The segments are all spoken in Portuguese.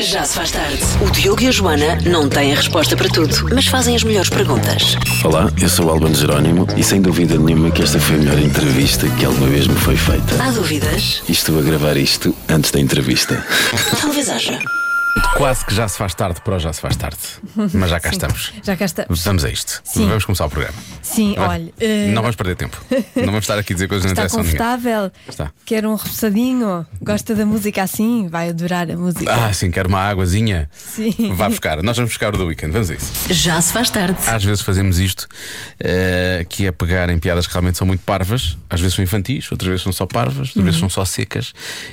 Já se faz tarde. O Diogo e a Joana não têm a resposta para tudo, mas fazem as melhores perguntas. Olá, eu sou o Alban Jerónimo e sem dúvida nenhuma que esta foi a melhor entrevista que alguma vez me foi feita. Há dúvidas? E estou a gravar isto antes da entrevista. Talvez haja. Quase que já se faz tarde, para o já se faz tarde. Mas já cá estamos. Já cá estamos. Vamos a isto. Sim. Vamos começar o programa. Sim, Não é? olha. eh, Não vamos perder tempo. Não vamos estar aqui a dizer coisas que não está interessam a ninguém. confortável? Está. Quer um repousadinho? Gosta da música assim? Vai adorar a música. Ah, sim, quero uma águazinha. Sim. Vá buscar. Nós vamos buscar o do weekend. Vamos a isso. Já se faz tarde. Às vezes fazemos isto, eh, que é pegar em piadas que realmente são muito parvas. Às vezes são infantis, outras vezes são só parvas, outras vezes Uhum. são só secas.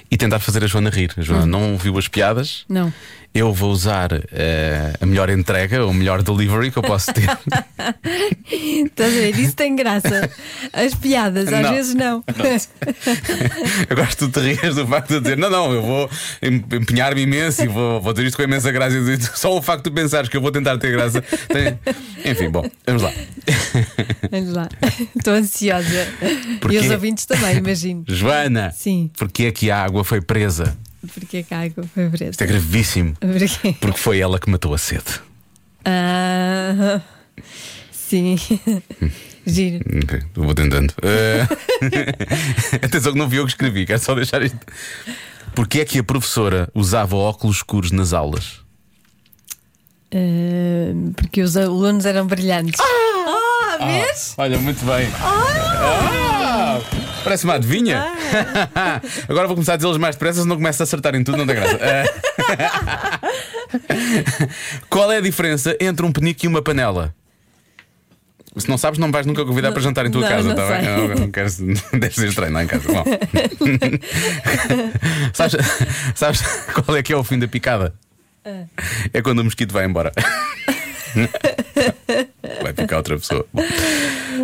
E tentar fazer a Joana rir. A Joana não viu as piadas. Não. Eu vou usar eh, a melhor entrega, ou o melhor delivery que eu posso ter. Estás a ver? Isso tem graça. As piadas, às Não. vezes não. Eu gosto de te rir do facto de dizer, não, não, eu vou em- empenhar-me imenso e vou, vou ter isto com imensa graça. E tu- Só o facto de pensares que eu vou tentar ter graça. tem- Enfim, bom, vamos lá. Vamos lá. Estou ansiosa. Porquê? E os ouvintes também, imagino. Joana, Sim. porque é que a água foi presa? Porque é que a água foi presa? Isto é gravíssimo, Porquê? porque foi ela que matou a sede. Ah, sim. Giro. Ok, Vou tentando. Eh, Atenção que não vi eu que escrevi, quero só deixar isto. Porquê é que a professora usava óculos escuros nas aulas? Ah, porque os alunos eram brilhantes. Ah, vês? Olha, muito bem. Ah! Parece uma adivinha. Agora vou começar a dizê-los mais depressa, senão começo a acertar em tudo, não tem graça. Eh, Ah. Qual é a diferença entre um penique e uma panela? Se não sabes, não me vais nunca convidar para jantar em tua não, casa, não tá bem? sei. Eu não quero, deve ser estranho lá em casa. Bom. sabes, sabes qual é que é o fim da picada? Ah. É quando o mosquito vai embora. Vai ficar outra pessoa. Bom.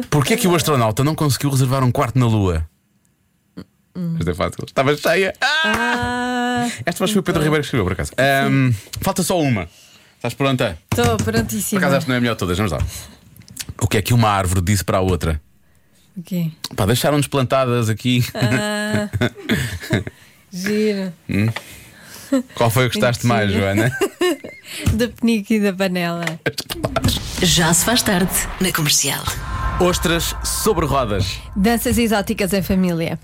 Porquê é que o astronauta não conseguiu reservar um quarto na Lua? Mas é fácil. Estava cheia. Ah! Ah, Esta voz foi o Pedro Ribeiro que escreveu, por acaso. Ahm, falta só uma. Estás pronta? Estou Por prontíssima. acaso esta não é a melhor de todas, vamos lá. O que é que uma árvore disse para a outra? Ok. Pá, deixaram-nos plantadas aqui. Ah, giro. Qual foi o que gostaste Mentira. mais, Joana? Da penique e da panela. Já se faz tarde. Na comercial. Ostras sobre rodas. Danças exóticas em família.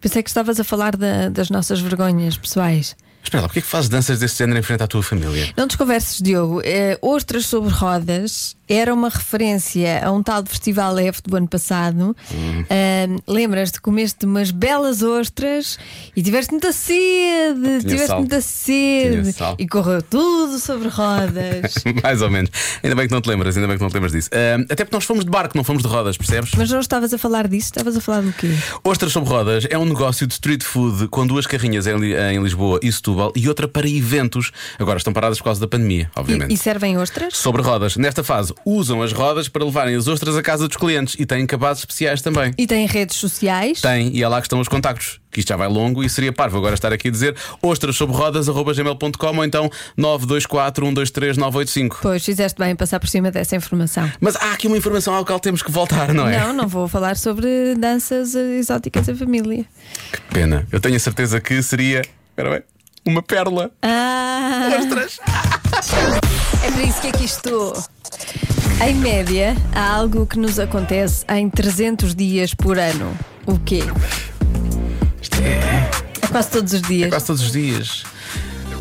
Pensei que estavas a falar da- das nossas vergonhas pessoais. Espera lá, porquê é que fazes danças desse género em frente à tua família? Não desconverses, Diogo. Eh, Ostras sobre Rodas era uma referência a um tal de Festival F do ano passado. Hum. Ahm, Lembras-te, comeste umas belas ostras e tiveste muita sede. tiveste sal. muita Tinha sede. sal. E correu tudo sobre rodas. Mais ou menos. Ainda bem que não te lembras, ainda bem que não te lembras disso. Ahm, até porque nós fomos de barco, não fomos de rodas, percebes? Mas não estavas a falar disso? Estavas a falar do quê? Ostras sobre rodas é um negócio de street food com duas carrinhas em, Li- em Lisboa e Setúbal e outra para eventos. Agora estão paradas por causa da pandemia, obviamente. E, e servem ostras? Sobre rodas. Nesta fase, usam as rodas para levarem as ostras à casa dos clientes e têm cabazes especiais também. E têm redes sociais? Tem, e é lá que estão os contactos. Que isto já vai longo e seria parvo agora estar aqui a dizer ostras sobre rodas.gmail.com ou então 924 123 985. Pois, fizeste bem em passar por cima dessa informação. Mas há aqui uma informação ao qual temos que voltar, não é? Não, não vou falar sobre danças eh, exóticas em família. Que pena. Eu tenho a certeza que seria. Espera bem. Uma pérola. Ah! Ostras. É para isso que aqui estou. Em média, há algo que nos acontece em 300 dias por ano. O quê? Isto é. É quase todos os dias. Quase todos os dias.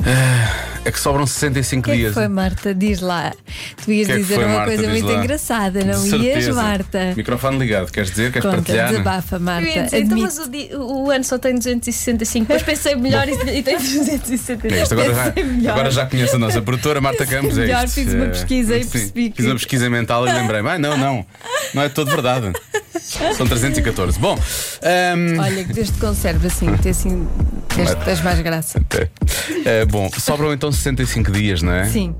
Ah, É que sobram 65 O que é que dias. foi, Marta? Diz lá. Tu ias O que é que dizer foi, uma Marta? coisa Diz muito lá. engraçada, não De ias, certeza. Marta? Microfone ligado, queres dizer? Queres Conta, partilhar? desabafa, Eu ia Marta. dizer, então, Admite. mas o, di- o ano só tem 265. Depois pensei melhor e, e tem 265. É isto, agora, já, agora já conheço a nossa produtora Marta Campos. melhor, é isto. fiz uma Eh, pesquisa e sim, percebi que- Fiz uma pesquisa mental e lembrei-me: ah, não, não, não é todo verdade. São 314. Bom, ehm, ahm, Olha, que Deus te conserve assim, que assim tens, tens mais graça. eh, bom, sobram então 65 dias, não é? Sim.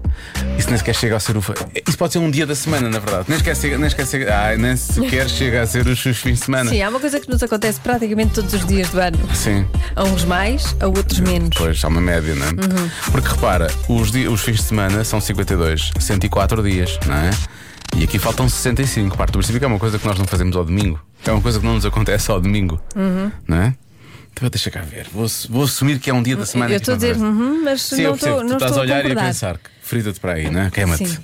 Isso nem sequer chega a ser o. fa- Isso pode ser um dia da semana, na verdade. Nem sequer, chega- nem sequer, chega- ai, nem sequer chega a ser os seus fins de semana. Sim, há uma coisa que nos acontece praticamente todos os dias do ano. Sim. A uns mais, a outros menos. Pois, há uma média, não é? Uhum. Porque repara, os, di- os fins de semana são 52, 104 dias, não é? E aqui faltam 65. Uhum. Parte do princípio que é uma coisa que nós não fazemos ao domingo. É uma coisa que não nos acontece ao domingo, não é? Então, Deixa cá ver. Vou, vou assumir que é um dia da semana Eu que estou a dizer, não aparece. uhum, mas Sim, eu não percebo. estou tu não estás estou a olhar e a concordar. pensar, frita-te para aí, né? Queima-te. Sim.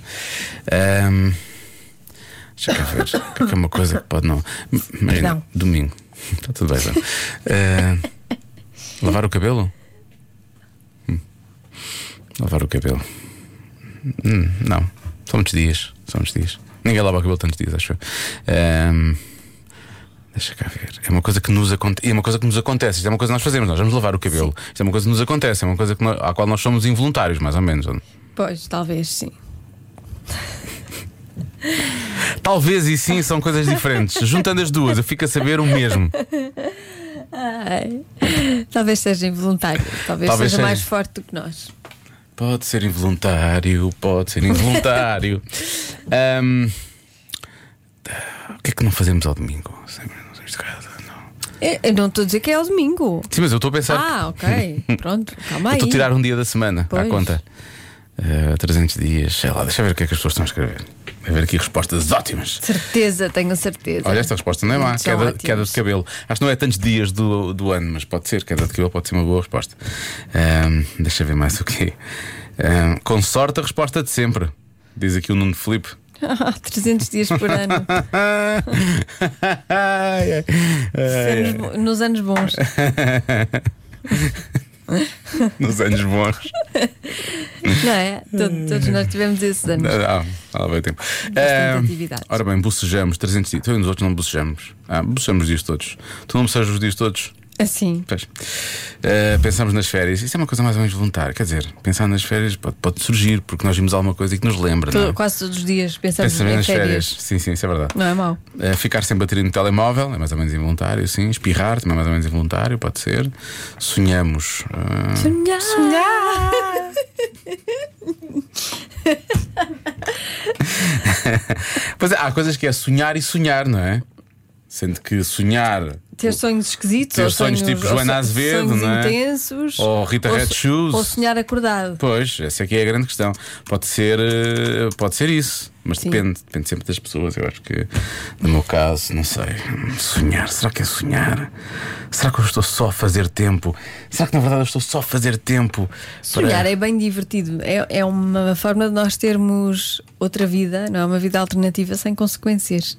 Ahm, deixa cá ver. O que é que é uma coisa que pode não. Imagina, Perdão. domingo. Está tudo bem, Zé. Ah, Lavar o cabelo? Hum. Lavar o cabelo. Hum, não. São muitos dias. São muitos dias. Ninguém lava o cabelo tantos dias, acho eu. Ahm, Deixa cá ver. É uma coisa que nos acontece. É uma coisa que nos acontece. Isto é uma coisa que nós fazemos. Nós vamos lavar o cabelo. Isto é uma coisa que nos acontece. É uma coisa que nós- à qual nós somos involuntários, mais ou menos. Pois, talvez sim. Talvez e sim são coisas diferentes. Juntando as duas, eu fico a saber o mesmo. Talvez seja involuntário, talvez, Talvez seja, seja. mais forte do que nós. Pode ser involuntário, pode ser involuntário. Ahm, O que é que não fazemos ao domingo? Sempre não saímos de casa, não. Eu, eu não estou a dizer que é o domingo. Sim, mas eu estou a pensar. Ah, ok. Pronto, Eu calma aí. estou a tirar um dia da semana à Pois. conta. Ah, 300 dias, sei lá, deixa eu ver o que é que as pessoas estão a escrever. Vai ver aqui respostas ótimas. Certeza, tenho certeza. Olha, esta resposta não é má. Muito são Queda, ótimos. queda de cabelo. Acho que não é tantos dias do, do ano, mas pode ser. Queda de cabelo pode ser uma boa resposta. Ahm, deixa eu ver mais o quê. Ahm, com sorte, a resposta de sempre. Diz aqui o Nuno Felipe. 300 Ah, dias por ano, É, nos, bo- nos anos bons. Nos anos bons. Não é? Hum. Todo- todos nós tivemos esses anos. Ah, há bem tempo. Bastante Ahm, atividade. ora bem, bocejamos 300 dias. Tu e nos outros não bocejamos. Ah, bocejamos os dias todos. Tu não bocejas os dias todos? Assim. Pois. Eh, pensamos nas férias. Isso é uma coisa mais ou menos voluntária. Quer dizer, pensar nas férias pode, pode surgir porque nós vimos alguma coisa que nos lembra, to- não é? quase todos os dias pensamos Pensamos em nas férias. férias. Sim, sim, isso é verdade. Não é mau. Eh, ficar sem bateria no telemóvel é mais ou menos involuntário, sim. Espirrar também é mais ou menos involuntário, pode ser. Sonhamos. ah, Sonhar. Pois é, há coisas que é sonhar e sonhar, não é? Sendo que sonhar. Ter sonhos esquisitos, Ter ou sonhos tipo ou Joana son- Azevedo, sonhos não é? intensos, Ou Rita ou Red so- Shoes. ou sonhar acordado. Pois, essa aqui é a grande questão. Pode ser, eh, pode ser isso, mas Sim. depende, depende sempre das pessoas. Eu acho que, no meu caso, não sei. Sonhar, será que é sonhar? Será que eu estou só a fazer tempo? Será que na verdade eu estou só a fazer tempo? Sonhar para... é bem divertido. É, é uma forma de nós termos outra vida, não é? Uma vida alternativa sem consequências.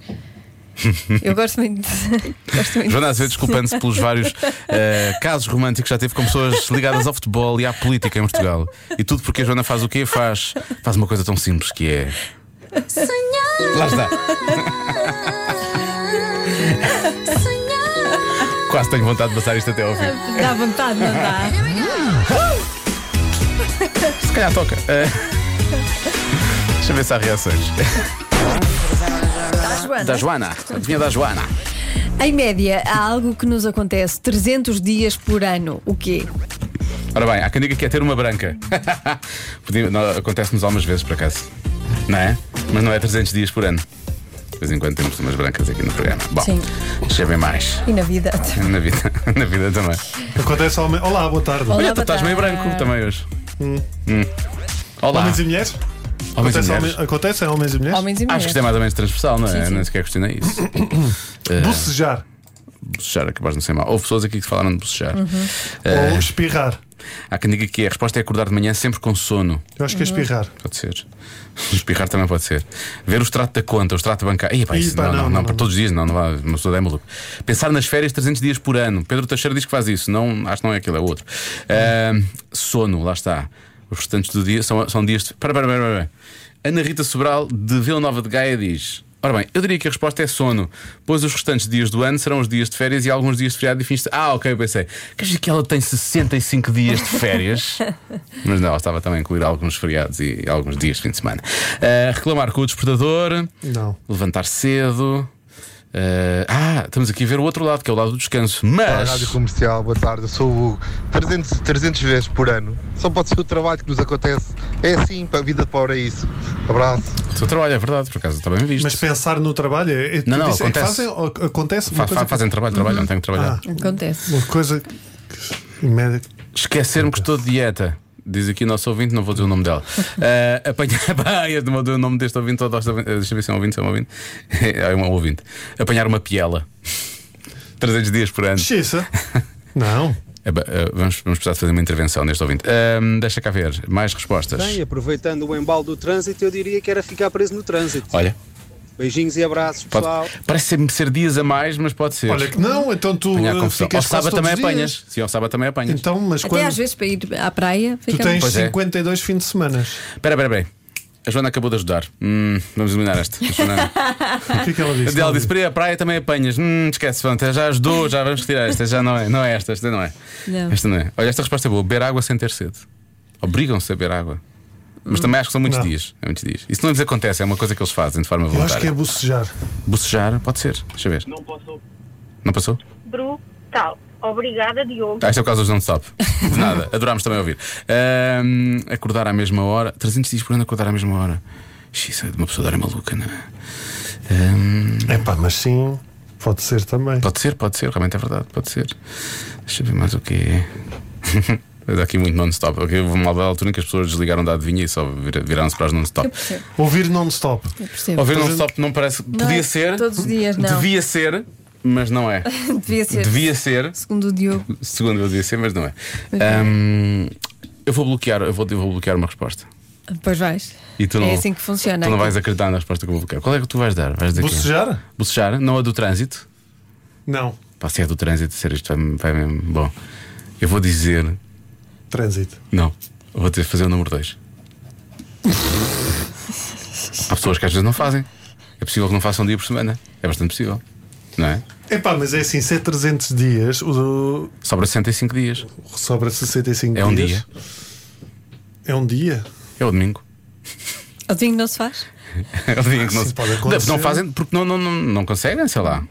Eu gosto muito. de- gosto muito Joana de- Azevedo desculpando-se pelos vários eh, casos românticos que já teve com pessoas ligadas ao futebol e à política em Portugal. E tudo porque a Joana faz o quê? Faz, faz uma coisa tão simples que é. Sonhar! Lá está! Quase tenho vontade de passar isto até ao fim. Dá vontade, não dá? Se calhar toca. Eh, Deixa eu ver se há reações. Da Joana. Adivinha da Joana. Em média, há algo que nos acontece 300 dias por ano. O quê? Ora bem, há quem diga que é ter uma branca. Podia- não, Acontece-nos algumas vezes, por acaso. Não é? Mas não é 300 dias por ano. De vez em quando temos umas brancas aqui no programa. Bom, Sim. deixa eu ver mais. E na vida? Na vida, na vida também. Acontece ao me- Olá, boa tarde. Olá, Olha, tu boa estás meio tarde. branco também hoje. Hum. Olá. Homens e mulheres? Homens e acontece, a mulheres. homen- acontece a homens e mulheres? Homens e Acho que mulheres. isto é mais ou menos transversal, não é? Sim, sim. Não sequer questionei isso. É. Bocejar Bocejar, acabaste de não ser mal. Houve pessoas aqui que falaram de bocejar. Uhum. É. ou espirrar. Há quem diga que a resposta é acordar de manhã sempre com sono. Eu acho que é espirrar. Pode ser. Espirrar também pode ser. Ver o extrato da conta, o extrato bancário. Ih, pá, isso, Ih, pá, não, não, não, não, não, para não. todos os dias não, não vá, uma pessoa é maluco. Pensar nas férias 300 dias por ano. Pedro Teixeira diz que faz isso. Não, acho que não é aquilo, é outro. Ahm, sono, lá está. Os restantes do dia são, são dias. De... Para, para, para, para, para. Ana Rita Sobral, de Vila Nova de Gaia, diz. Ora bem, eu diria que a resposta é sono, pois os restantes dias do ano serão os dias de férias e alguns dias de feriado e fins de. Ah, ok, eu pensei. Quer dizer que ela tem 65 dias de férias? Mas não, estava também a incluir alguns feriados e alguns dias de fim de semana. Ah, reclamar com o despertador. Não. Levantar cedo. Ah, ah, estamos aqui a ver o outro lado, que é o lado do descanso. Olá, Rádio Mas. Comercial, boa tarde, eu sou o Hugo. 300, 300 vezes por ano. Só pode ser o trabalho que nos acontece. É assim, para a vida de pobre é isso. Abraço. O teu trabalho é verdade, por acaso, está bem visto. Mas pensar no trabalho é. é- tu Não, não, disse, é que acontece. fazem, ou- acontece uma Fa- coisa fa- que- fazem trabalho, trabalho, não tenho que trabalhar. Ah, Acontece. uma coisa que. em média- Esquecer-me que estou de dieta. Diz aqui o nosso ouvinte, não vou dizer o nome dela. Ah, apanhar. Bah, eu não vou dizer o nome deste ouvinte ou desta ouvinte. Ah, Deixa eu ver se é um ouvinte, se é um ouvinte. É um ouvinte. Apanhar uma piela. 300 dias por ano. Xiça. Não. Eh, ba- eh, Vamos, vamos precisar de fazer uma intervenção neste ouvinte. Ahm, deixa cá ver, mais respostas. Bem, aproveitando o embalo do trânsito, eu diria que era ficar preso no trânsito. Olha, Beijinhos e abraços, pode- pessoal. parece sempre ser dias a mais, mas pode ser. Olha que não, então tu Apanhar eh, confusão. Ao ficas quase sábado todos também os dias. apanhas. Sim, ao sábado também apanhas. Então, Até mas às quando vezes para ir à praia, tu fica tens Pois é. 52 fins de semana, Espera, espera, espera. A Joana acabou de ajudar. Hum, vamos eliminar esta. A Joana- o que é que ela disse? Ela disse: para ir à praia também apanhas. Hum, esquece, pronto, já ajudou, já vamos retirar esta. Já não é, não é esta, esta não é. Não. Esta não é. Olha, esta resposta é boa: beber água sem ter sede. Obrigam-se a beber água. Mas também acho que são muitos Não. dias. É muitos dias. Isso não lhes acontece, é uma coisa que eles fazem de forma Eu acho voluntária. que é bocejar. Bocejar, pode ser. Deixa eu ver. Não passou. Não passou? Brutal. Obrigada, Diogo. Ah, isto é por causa dos non-stop. De nada. Adorámos também ouvir. Ahm, acordar à mesma hora. 300 dias por ano acordar à mesma hora. Ixi, Isso é de uma pessoa dar é maluca, não é? Ahm, É pá, mas sim, pode ser também. Pode ser, pode ser, realmente é verdade, pode ser. Deixa eu ver mais o que é. Mas há aqui muito non-stop. Ok, Houve uma altura altura em que as pessoas desligaram da adivinha e só vir- viraram-se para as non-stop. Ouvir non-stop. percebo. Ouvir non-stop não parece. Podia é ser. todos os dias, não. Devia ser, mas não é. Devia ser. Devia ser. Segundo o Diogo. Segundo eu devia ser, mas não é. Ahm, eu vou bloquear, eu vou, eu vou bloquear uma resposta. Depois vais. E tu não, é assim que funciona. tu não vais acreditar na resposta que eu vou bloquear. Qual é que tu vais dar? Vais dizer quê? Bocejar? Bocejar? Não a do trânsito? Não. Pá, se é do trânsito, sério, isto vai, vai mesmo. Bom, eu vou dizer. Trânsito. Não, eu vou ter de fazer o número 2. Há pessoas que às vezes não fazem. É possível que não façam um dia por semana. É bastante possível. Não é? É pá, mas é assim, se é 300 dias, o- Sobra 65 dias. sobra 65 É um dias. dia. É um dia. É o domingo. O domingo não se faz? É o domingo que não, Ah, Sim, se- pode acontecer. não fazem porque não, não, não, não conseguem, sei lá.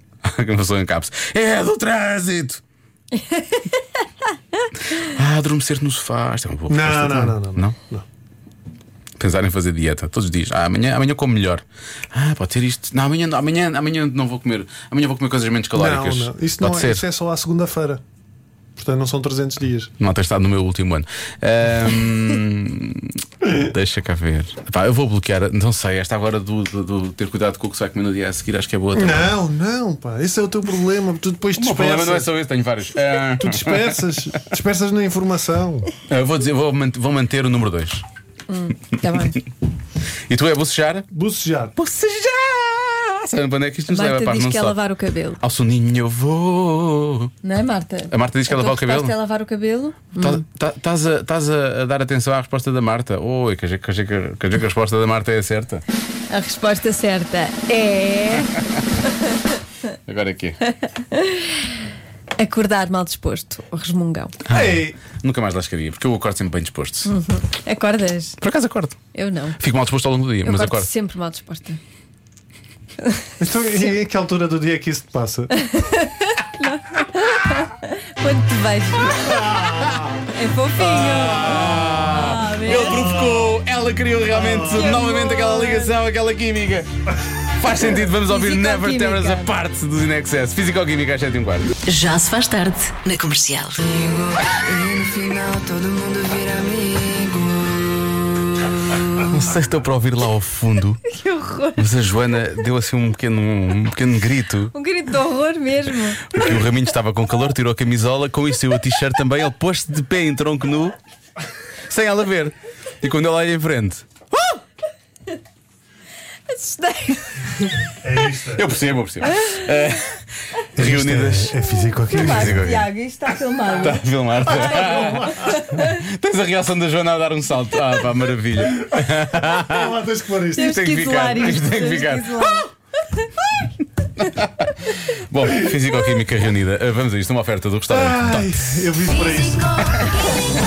Que uma pessoa encapse. É do trânsito! ah, adormecer no sofá. Isto é uma boa Não, proposta não, também. não, não, não. Pensar em fazer dieta todos os dias. Ah, amanhã, amanhã como melhor. Ah, pode ser isto. Não, amanhã, não, amanhã, amanhã não vou comer. Amanhã vou comer coisas menos calóricas. Não, não. Isto pode não é, ser. isto é só à segunda-feira. Portanto, não são 300 dias. Não tem estado no meu último ano. Ahm, deixa cá ver. Pá, eu vou bloquear. Não sei, esta agora do, do- do ter cuidado com o que se vai comer no dia a seguir, acho que é boa também. Não, não, pá. Esse é o teu problema. Tu depois O meu problema não é dispersas. só esse, tenho vários. Ah, Tu dispersas. dispersas na informação. eu vou dizer, vou, mant- vou manter o número 2. Está Tá bem. E tu é bocejar? Bocejar. Bocejar! Sabe para onde é que isto nos leva? Marta Pá, diz não que é sabe. lavar o cabelo. Ao soninho eu vou. Não é, Marta? A Marta diz que é lavar o Então, Hum. cabelo? estás-te a lavar o cabelo? Estás a, tás a- a dar atenção à resposta da Marta. Oi, quer dizer quer dizer que quer dizer que a resposta da Marta é a certa? A resposta certa é Agora é aqui. acordar mal disposto, o resmungão. Ei, Nunca mais lá chegaria, porque eu acordo sempre bem disposto. Hum. Acordas? Por acaso acordo. Eu não. Fico mal disposto ao longo do dia, Eu mas acordo, acordo. sempre mal disposta. então, e a que altura do dia é que isso te passa? Quando te vejo. é fofinho. Ah, Ele mesmo. provocou, ela criou realmente novamente aquela ligação, aquela química. Faz sentido, vamos ouvir Never Tear Us Fisicoquímica. Apart dos Inexcess. Físico-química às 7 e um quarto. Já se faz tarde na comercial. Não sei se estou para ouvir lá ao fundo, Que horror. mas a Joana deu assim um pequeno, um pequeno grito, Um grito de horror mesmo. porque o Raminho estava com calor, tirou a camisola, com isso eu a t-shirt também, ele pôs-se de pé em tronco nu, sem ela ver. E quando ela olha em frente, Assustei. eu percebo, eu percebo. Eh, reunidas. É, é físico aqui. Filmado, Tiago, isto está filmado. Está a filmar. é Tens a reação da Joana a dar um salto. Ah, pá, maravilha. Ah, lá tens que pôr isto. Temos tem que que isolar ficar, isto. isto tem que temos ficar. isolar. Bom, Físico-Química Reunida. Ah, Vamos a isto, uma oferta do restaurante. Ai, eu vivo para isto.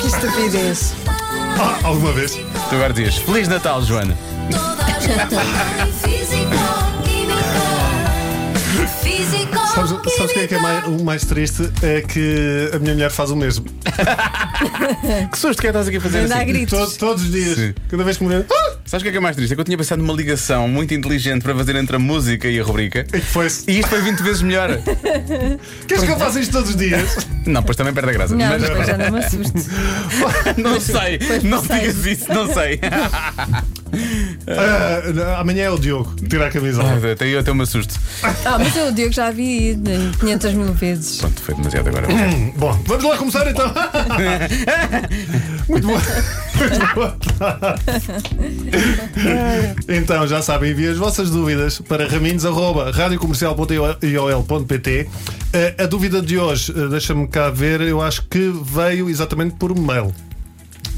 Que estupidez. Ah, alguma vez? Tu agora diz: Feliz Natal, Joana. Oh, Sabes, sabes o que é que é mais, o mais triste? É que a minha mulher faz o mesmo. Que susto que é que estás aqui a fazer Ainda há assim? Todos, gritos. todos os dias. Sim. Cada vez que me vê. Ah! Sabes o que é que é mais triste? É que eu tinha pensado numa ligação muito inteligente para fazer entre a música e a rubrica. E que foi-se. E isto foi 20 vezes melhor. Queres que eu faça isto todos os dias? Não, pois também perde a graça. Não, Mas- depois já não me assusto. não sei, não sei. digas isso, não sei. Ah, amanhã é o Diogo, tira a Ah, camisola. Até eu até me assusto. Ah, mas eu digo que já vi 500 mil vezes. Pronto, foi demasiado agora. Hum, Bom, vamos lá começar então. Muito boa. Muito boa tarde. Então, já sabem, enviem as vossas dúvidas para raminhos.radiocomercial.iol.pt. Eh, A dúvida de hoje, eh, deixa-me cá ver, eu acho que veio exatamente por mail.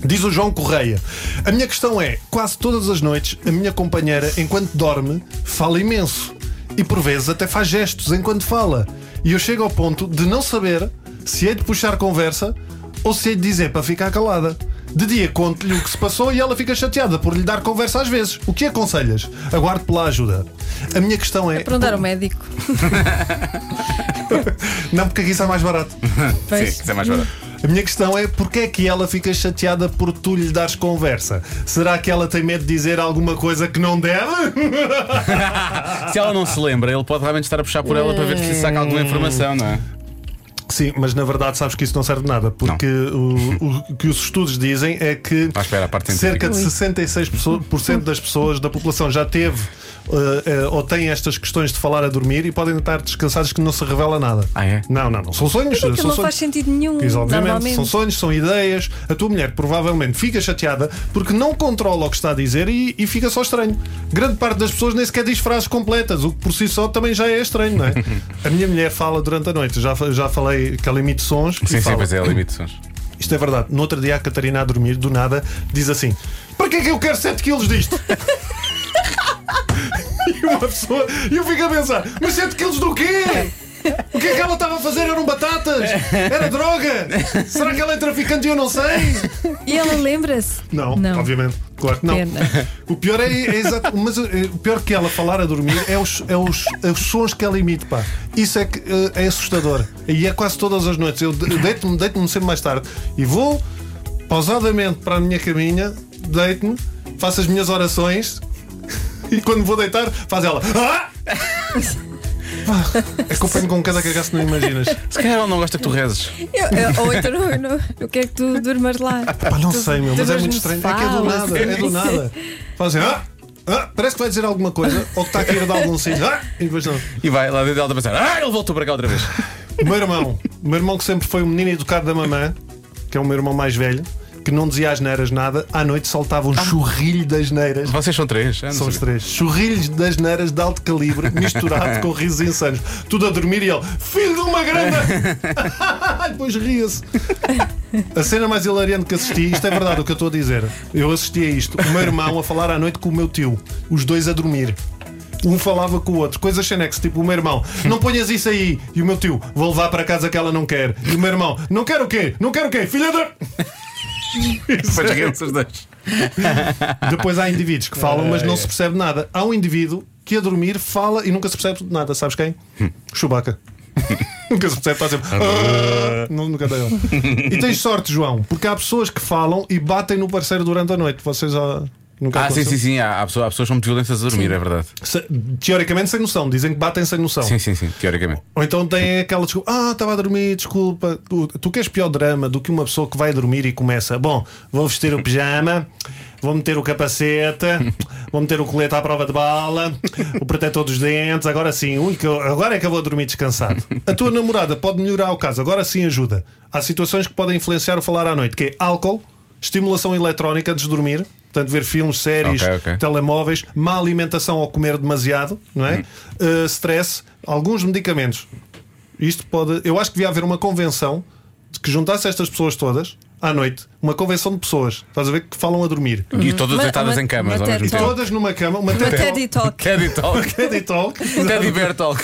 Diz o João Correia: A minha questão é, quase todas as noites, a minha companheira, enquanto dorme, fala imenso. E por vezes até faz gestos enquanto fala. E eu chego ao ponto de não saber se hei de puxar conversa ou se hei de dizer para ficar calada. De dia conto-lhe o que se passou e ela fica chateada por lhe dar conversa às vezes. O que aconselhas? Aguardo pela ajuda. A minha questão é. Perguntar ao médico. Não, porque aqui está mais barato. Sim, isso é mais barato. A minha questão é porque é que ela fica chateada por tu lhe dares conversa? Será que ela tem medo de dizer alguma coisa que não deve? Se ela não se lembra, ele pode realmente estar a puxar por ela para ver se lhe saca alguma informação, não é? Sim, mas na verdade sabes que isso não serve de nada, porque o, o que os estudos dizem é que Ah, espera, a parte cerca de 66% das pessoas da população já teve eh, eh, ou tem estas questões de falar a dormir e podem estar descansados que não se revela nada. Ah, é? Não, não, não. São sonhos. Aquilo são não sonhos. faz sentido nenhum. Pois, obviamente, Normalmente. são sonhos, são ideias. A tua mulher provavelmente fica chateada porque não controla o que está a dizer e, e fica só estranho. Grande parte das pessoas nem sequer diz frases completas, o que por si só também já é estranho, não é? a minha mulher fala durante a noite, já, fa- já falei que ela emite sons. e Sim, sim, fala. pois é, limite de sons. Isto é verdade. No outro dia, a Catarina a dormir, do nada, diz assim: Para que é que eu quero 7 quilos disto? e uma pessoa. E eu fico a pensar: Mas 7 quilos do quê? O que é que ela estava a fazer? Eram batatas? Era droga? Será que ela é traficante e eu não sei? E ela lembra-se? Não, Não. obviamente. Claro que não. Pena. O pior é, é exato. Mas eh, o pior que ela falar a dormir é os, é os, é os sons que ela emite, pá. Isso é, que, eh, é assustador. E é quase todas as noites. Eu de- deito-me, deito-me sempre mais tarde. E vou pausadamente para a minha caminha, deito-me, faço as minhas orações e quando vou deitar, faz ela. "Ah!" Pá, Acompanho com um cada cagaço, não imaginas. Se calhar ela não gosta que tu rezes. Eu, eu, ou então não, não, eu quero que tu durmas lá. Pá, não Tu- sei, meu, tu mas é dormes muito no estranho. É sofá, que é do ou nada, assim. é do nada. Fazem, ah, ah, parece que vai dizer alguma coisa, ou que está a querer dar algum sítio, ah, e depois não. E vai lá dentro dela a pensar, ah, ele voltou para cá outra vez. O meu irmão, o meu irmão que sempre foi um menino educado da mamã, que é o meu irmão mais velho, que não dizia as neiras nada, à noite soltava um Ah. churrilho das neiras. Vocês são três, ah, não São os sei. três. Churrilhos das neiras de alto calibre, misturado com risos insanos. Tudo a dormir e ele, filho de uma grana! E Depois ria-se. A cena mais hilariante que assisti, isto é verdade o que eu estou a dizer. Eu assisti a isto. O meu irmão a falar à noite com o meu tio, os dois a dormir. Um falava com o outro, coisas Xenex, tipo o meu irmão, não ponhas isso aí. E o meu tio, vou levar para casa que ela não quer. E o meu irmão, não quero o quê? Não quero o quê? Filha da. Depois riem-se os dois. Depois há indivíduos que falam, mas É. não se percebe nada. Há um indivíduo que a dormir fala e nunca se percebe de nada. Sabes quem? Hum. Chewbacca. nunca se percebe, está sempre. "Ah", nu- nunca deu. E tens sorte, João, porque há pessoas que falam e batem no parceiro durante a noite. Vocês ah, nunca Ah, sim, sim, aconteceu? sim. Há, há pessoas, há pessoas que são muito violentas a dormir, é verdade. Se- Teoricamente sem noção, dizem que batem sem noção. Sim, sim, sim, teoricamente. Ou então tem aquela desculpa, ah, estava a dormir, desculpa. Tu, tu queres pior drama do que uma pessoa que vai dormir e começa, bom, vou vestir o pijama, vou meter o capacete, vou meter o colete à prova de bala, o protetor dos dentes, agora sim, ui, que eu- agora é que eu vou dormir descansado. A tua namorada pode melhorar o caso, agora sim ajuda. Há situações que podem influenciar o falar à noite, que é álcool, estimulação eletrónica antes de dormir, portanto ver filmes, séries, Ok, ok. telemóveis, má alimentação ao comer demasiado, não é? Uh, stress, alguns medicamentos. Isto pode. Eu acho que devia haver uma convenção de que juntasse estas pessoas todas à noite, uma convenção de pessoas, estás a ver, que falam a dormir. E todas Uhum. Uma- deitadas uma- em camas uma ao mesmo TED tempo. Talk. Todas numa cama, Hum. uma Uma TED Talk. TED Talk. Teddy Talk. TED Talk. Teddy Bear Talk.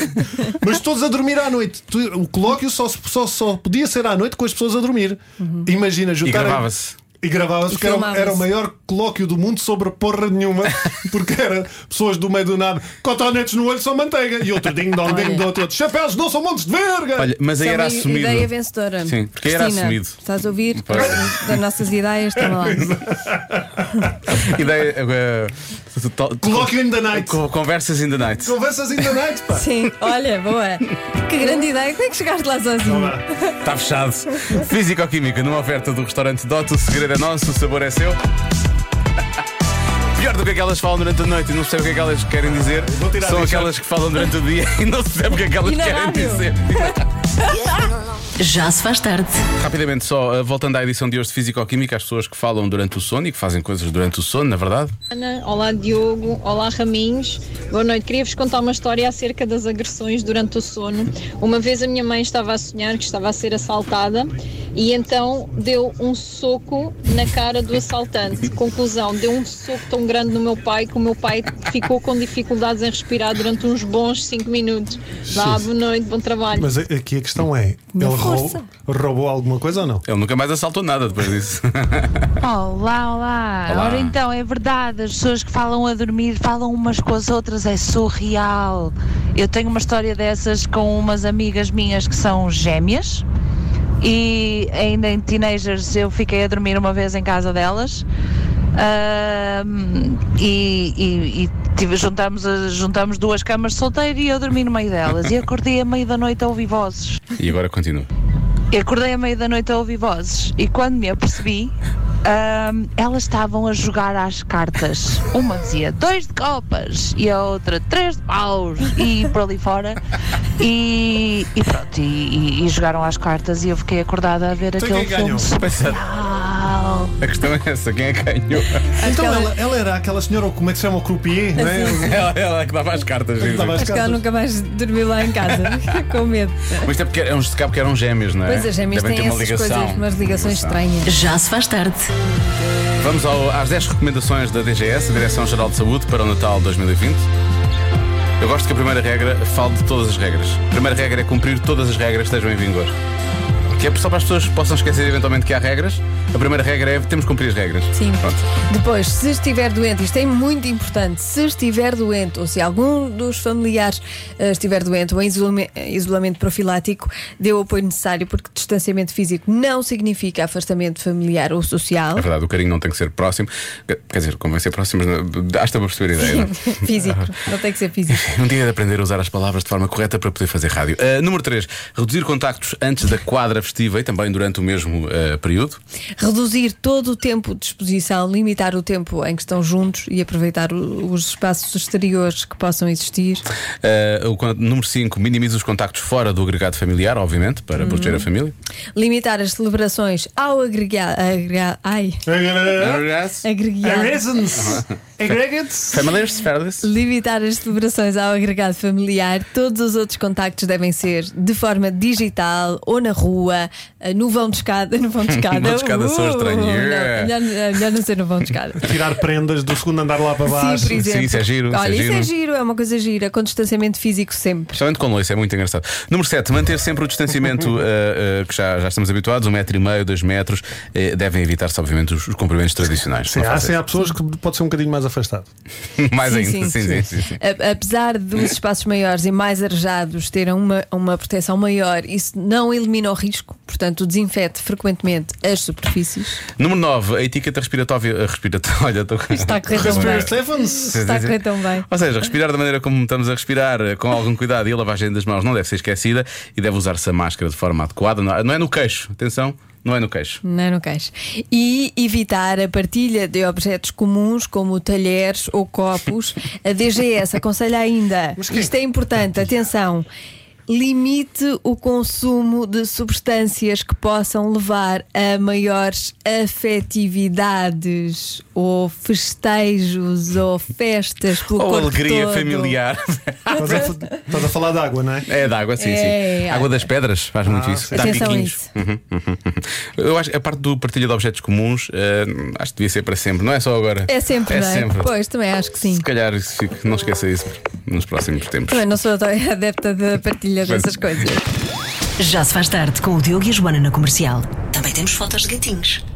Mas todos a dormir à noite. Tu- O colóquio só, se- só, só podia ser à noite com as pessoas a dormir. Imagina E juntar. gravava-se. E gravava-se, Uhum. E que era, filmava-se. era o maior colóquio do mundo sobre porra nenhuma, porque era pessoas do meio do nada, cotonetes no olho são manteiga, e outro ding-dong, Olha. ding-dong, e outro chapéus não são montes de verga. Olha, mas aí Isso é era uma assumido. ideia vencedora. Sim, porque aí era Cristina, assumido. Estás a ouvir? Pois. Das nossas ideias, estão lá. Ideia. eh, to- Colóquio in the night. Co- Conversas in the night. Conversas in the night, pá. Sim, olha, boa. Que grande ideia. Como é que chegaste lá sozinho? Está fechado. Físico-química, numa oferta do restaurante Doto, o segredo é nosso, o sabor é seu. Pior do que aquelas que falam durante a noite e não se percebe o que é que elas querem dizer, Vou tirar são a t-shirt. aquelas que falam durante o dia e não se percebe o que é que elas E na querem rádio. dizer. Já se faz tarde. Rapidamente, só eh, voltando à edição de hoje de Físico-Química, as pessoas que falam durante o sono e que fazem coisas durante o sono, na verdade. Ana, olá Diogo, olá Raminhos, boa noite. Queria vos contar uma história acerca das agressões durante o sono. Uma vez a minha mãe estava a sonhar que estava a ser assaltada e então deu um soco na cara do assaltante. Conclusão, deu um soco tão grande no meu pai que o meu pai ficou com dificuldades em respirar durante uns bons 5 minutos. Vá, boa noite, bom trabalho. Mas a- aqui a questão é: Na ele força. roubou, roubou alguma coisa ou não? Ele nunca mais assaltou nada depois disso. Olá, olá, Olá. Ora então, é verdade, as pessoas que falam a dormir falam umas com as outras, é surreal. Eu tenho uma história dessas com umas amigas minhas que são gêmeas e ainda em teenagers eu fiquei a dormir uma vez em casa delas Ahm, e, e- e tive- juntamos, a- juntamos duas camas de solteiro e eu dormi no meio delas e acordei a meio da noite a ouvir vozes. e agora continua. Eu acordei à meia da noite a ouvir vozes e quando me apercebi, ahm, elas estavam a jogar às cartas. Uma dizia dois de copas e a outra três de paus e por ali fora. E, e pronto, e, e- e jogaram às cartas e eu fiquei acordada a ver Então aquele quem ganhou? filme. surreal. A questão é essa, quem é que ganhou? Então ela, ela era aquela senhora, ou como é que se chama o croupier, não é? Ela, ela é que dava as cartas. que sim, dava sim. as Acho que ela cartas. nunca mais dormiu lá em casa. Com medo. Mas isto é porque eram, se calhar porque eram gêmeos, não é? Pois as gêmeas Devem têm ter uma essas coisas, umas ligações Ligação. estranhas. Já se faz tarde. Vamos ao- às 10 recomendações da DGS, a Direção-Geral de Saúde, para o Natal 2020. Eu gosto que a primeira regra fale de todas as regras. A primeira regra é cumprir todas as regras que estejam em vigor. Que é só para as pessoas que possam esquecer eventualmente que há regras. A primeira regra é temos que cumprir as regras. Sim. Pronto. Depois, se estiver doente, isto é muito importante, se estiver doente ou se algum dos familiares eh, estiver doente ou em isolame- eh, isolamento profilático, dê o apoio necessário, porque distanciamento físico não significa afastamento familiar ou social. É verdade, o carinho não tem que ser próximo. Quer dizer, convém ser próximo, mas acho que para perceber a ideia. não é? físico, não tem que ser físico. Um dia de aprender a usar as palavras de forma correta para poder fazer rádio. Ah, número 3, reduzir contactos antes da quadra festiva e também durante o mesmo ah, período. Reduzir todo o tempo de exposição, limitar o tempo em que estão juntos e aproveitar o- os espaços exteriores que possam existir. Ah, o con- número 5, minimiza os contactos fora do agregado familiar, obviamente, para Hum. proteger a família. Limitar as celebrações ao agregar. agregar ai, É agregar. Reasons. Aggregates. Familiars, fairless. Limitar as celebrações ao agregado familiar. Todos os outros contactos devem ser de forma digital ou na rua, eh, no vão de escada. No vão de escada, Uh, No vão de escada sou estranho. Não, Yeah. melhor, eh, melhor não ser no vão de escada. Tirar prendas do segundo andar lá para baixo. Sim, por exemplo. Sim, isso é giro, isso é Olha, isso é giro. giro, é uma coisa gira, com distanciamento físico sempre. Principalmente com Lois, é muito engraçado. Número 7, manter sempre o distanciamento ah, ah, que já, já estamos habituados, um metro e meio, dois metros. Eh, devem evitar-se, obviamente, os, os cumprimentos tradicionais. Sim, Não há, façam sim, há pessoas que pode ser um bocadinho mais afastado. isso. Mais Sim, ainda, sim. sim, sim, sim, sim. A- Apesar dos espaços maiores e mais arejados terem uma, uma proteção maior, isso não elimina o risco. Portanto, desinfete frequentemente as superfícies. Número 9, a etiqueta respiratória. respiratória olha, estou com- Está a correr tão Respira bem. Stephens. Está a correr tão bem. Ou seja, respirar da maneira como estamos a respirar, eh, com algum cuidado e a lavagem das mãos não deve ser esquecida e deve usar-se a máscara de forma adequada. Não não é no queixo, atenção, não é no queixo. Não, não queres. E evitar a partilha de objetos comuns como talheres ou copos. A DGS aconselha ainda, Mas quem- isto é importante, atenção. Limite o consumo de substâncias que possam levar a maiores afetividades ou festejos ou festas pelo Ou corpo Oh, alegria todo. familiar. Estás a, fa- estás a falar de água, não é? É de água, sim, É, sim. é. Água das pedras, faz muito isso. sim. Dá Atenção a piquinhos. isso. Eu acho que a parte do partilha de objetos comuns, eh, acho que devia ser para sempre, não é só agora. É sempre, é não é? sempre. Pois, também acho que sim. Se calhar isso fica- não esqueça isso nos próximos tempos. Também não sou adepta da partilha dessas coisas. Já se faz tarde com o Diogo e a Joana na comercial. Também temos fotos de gatinhos.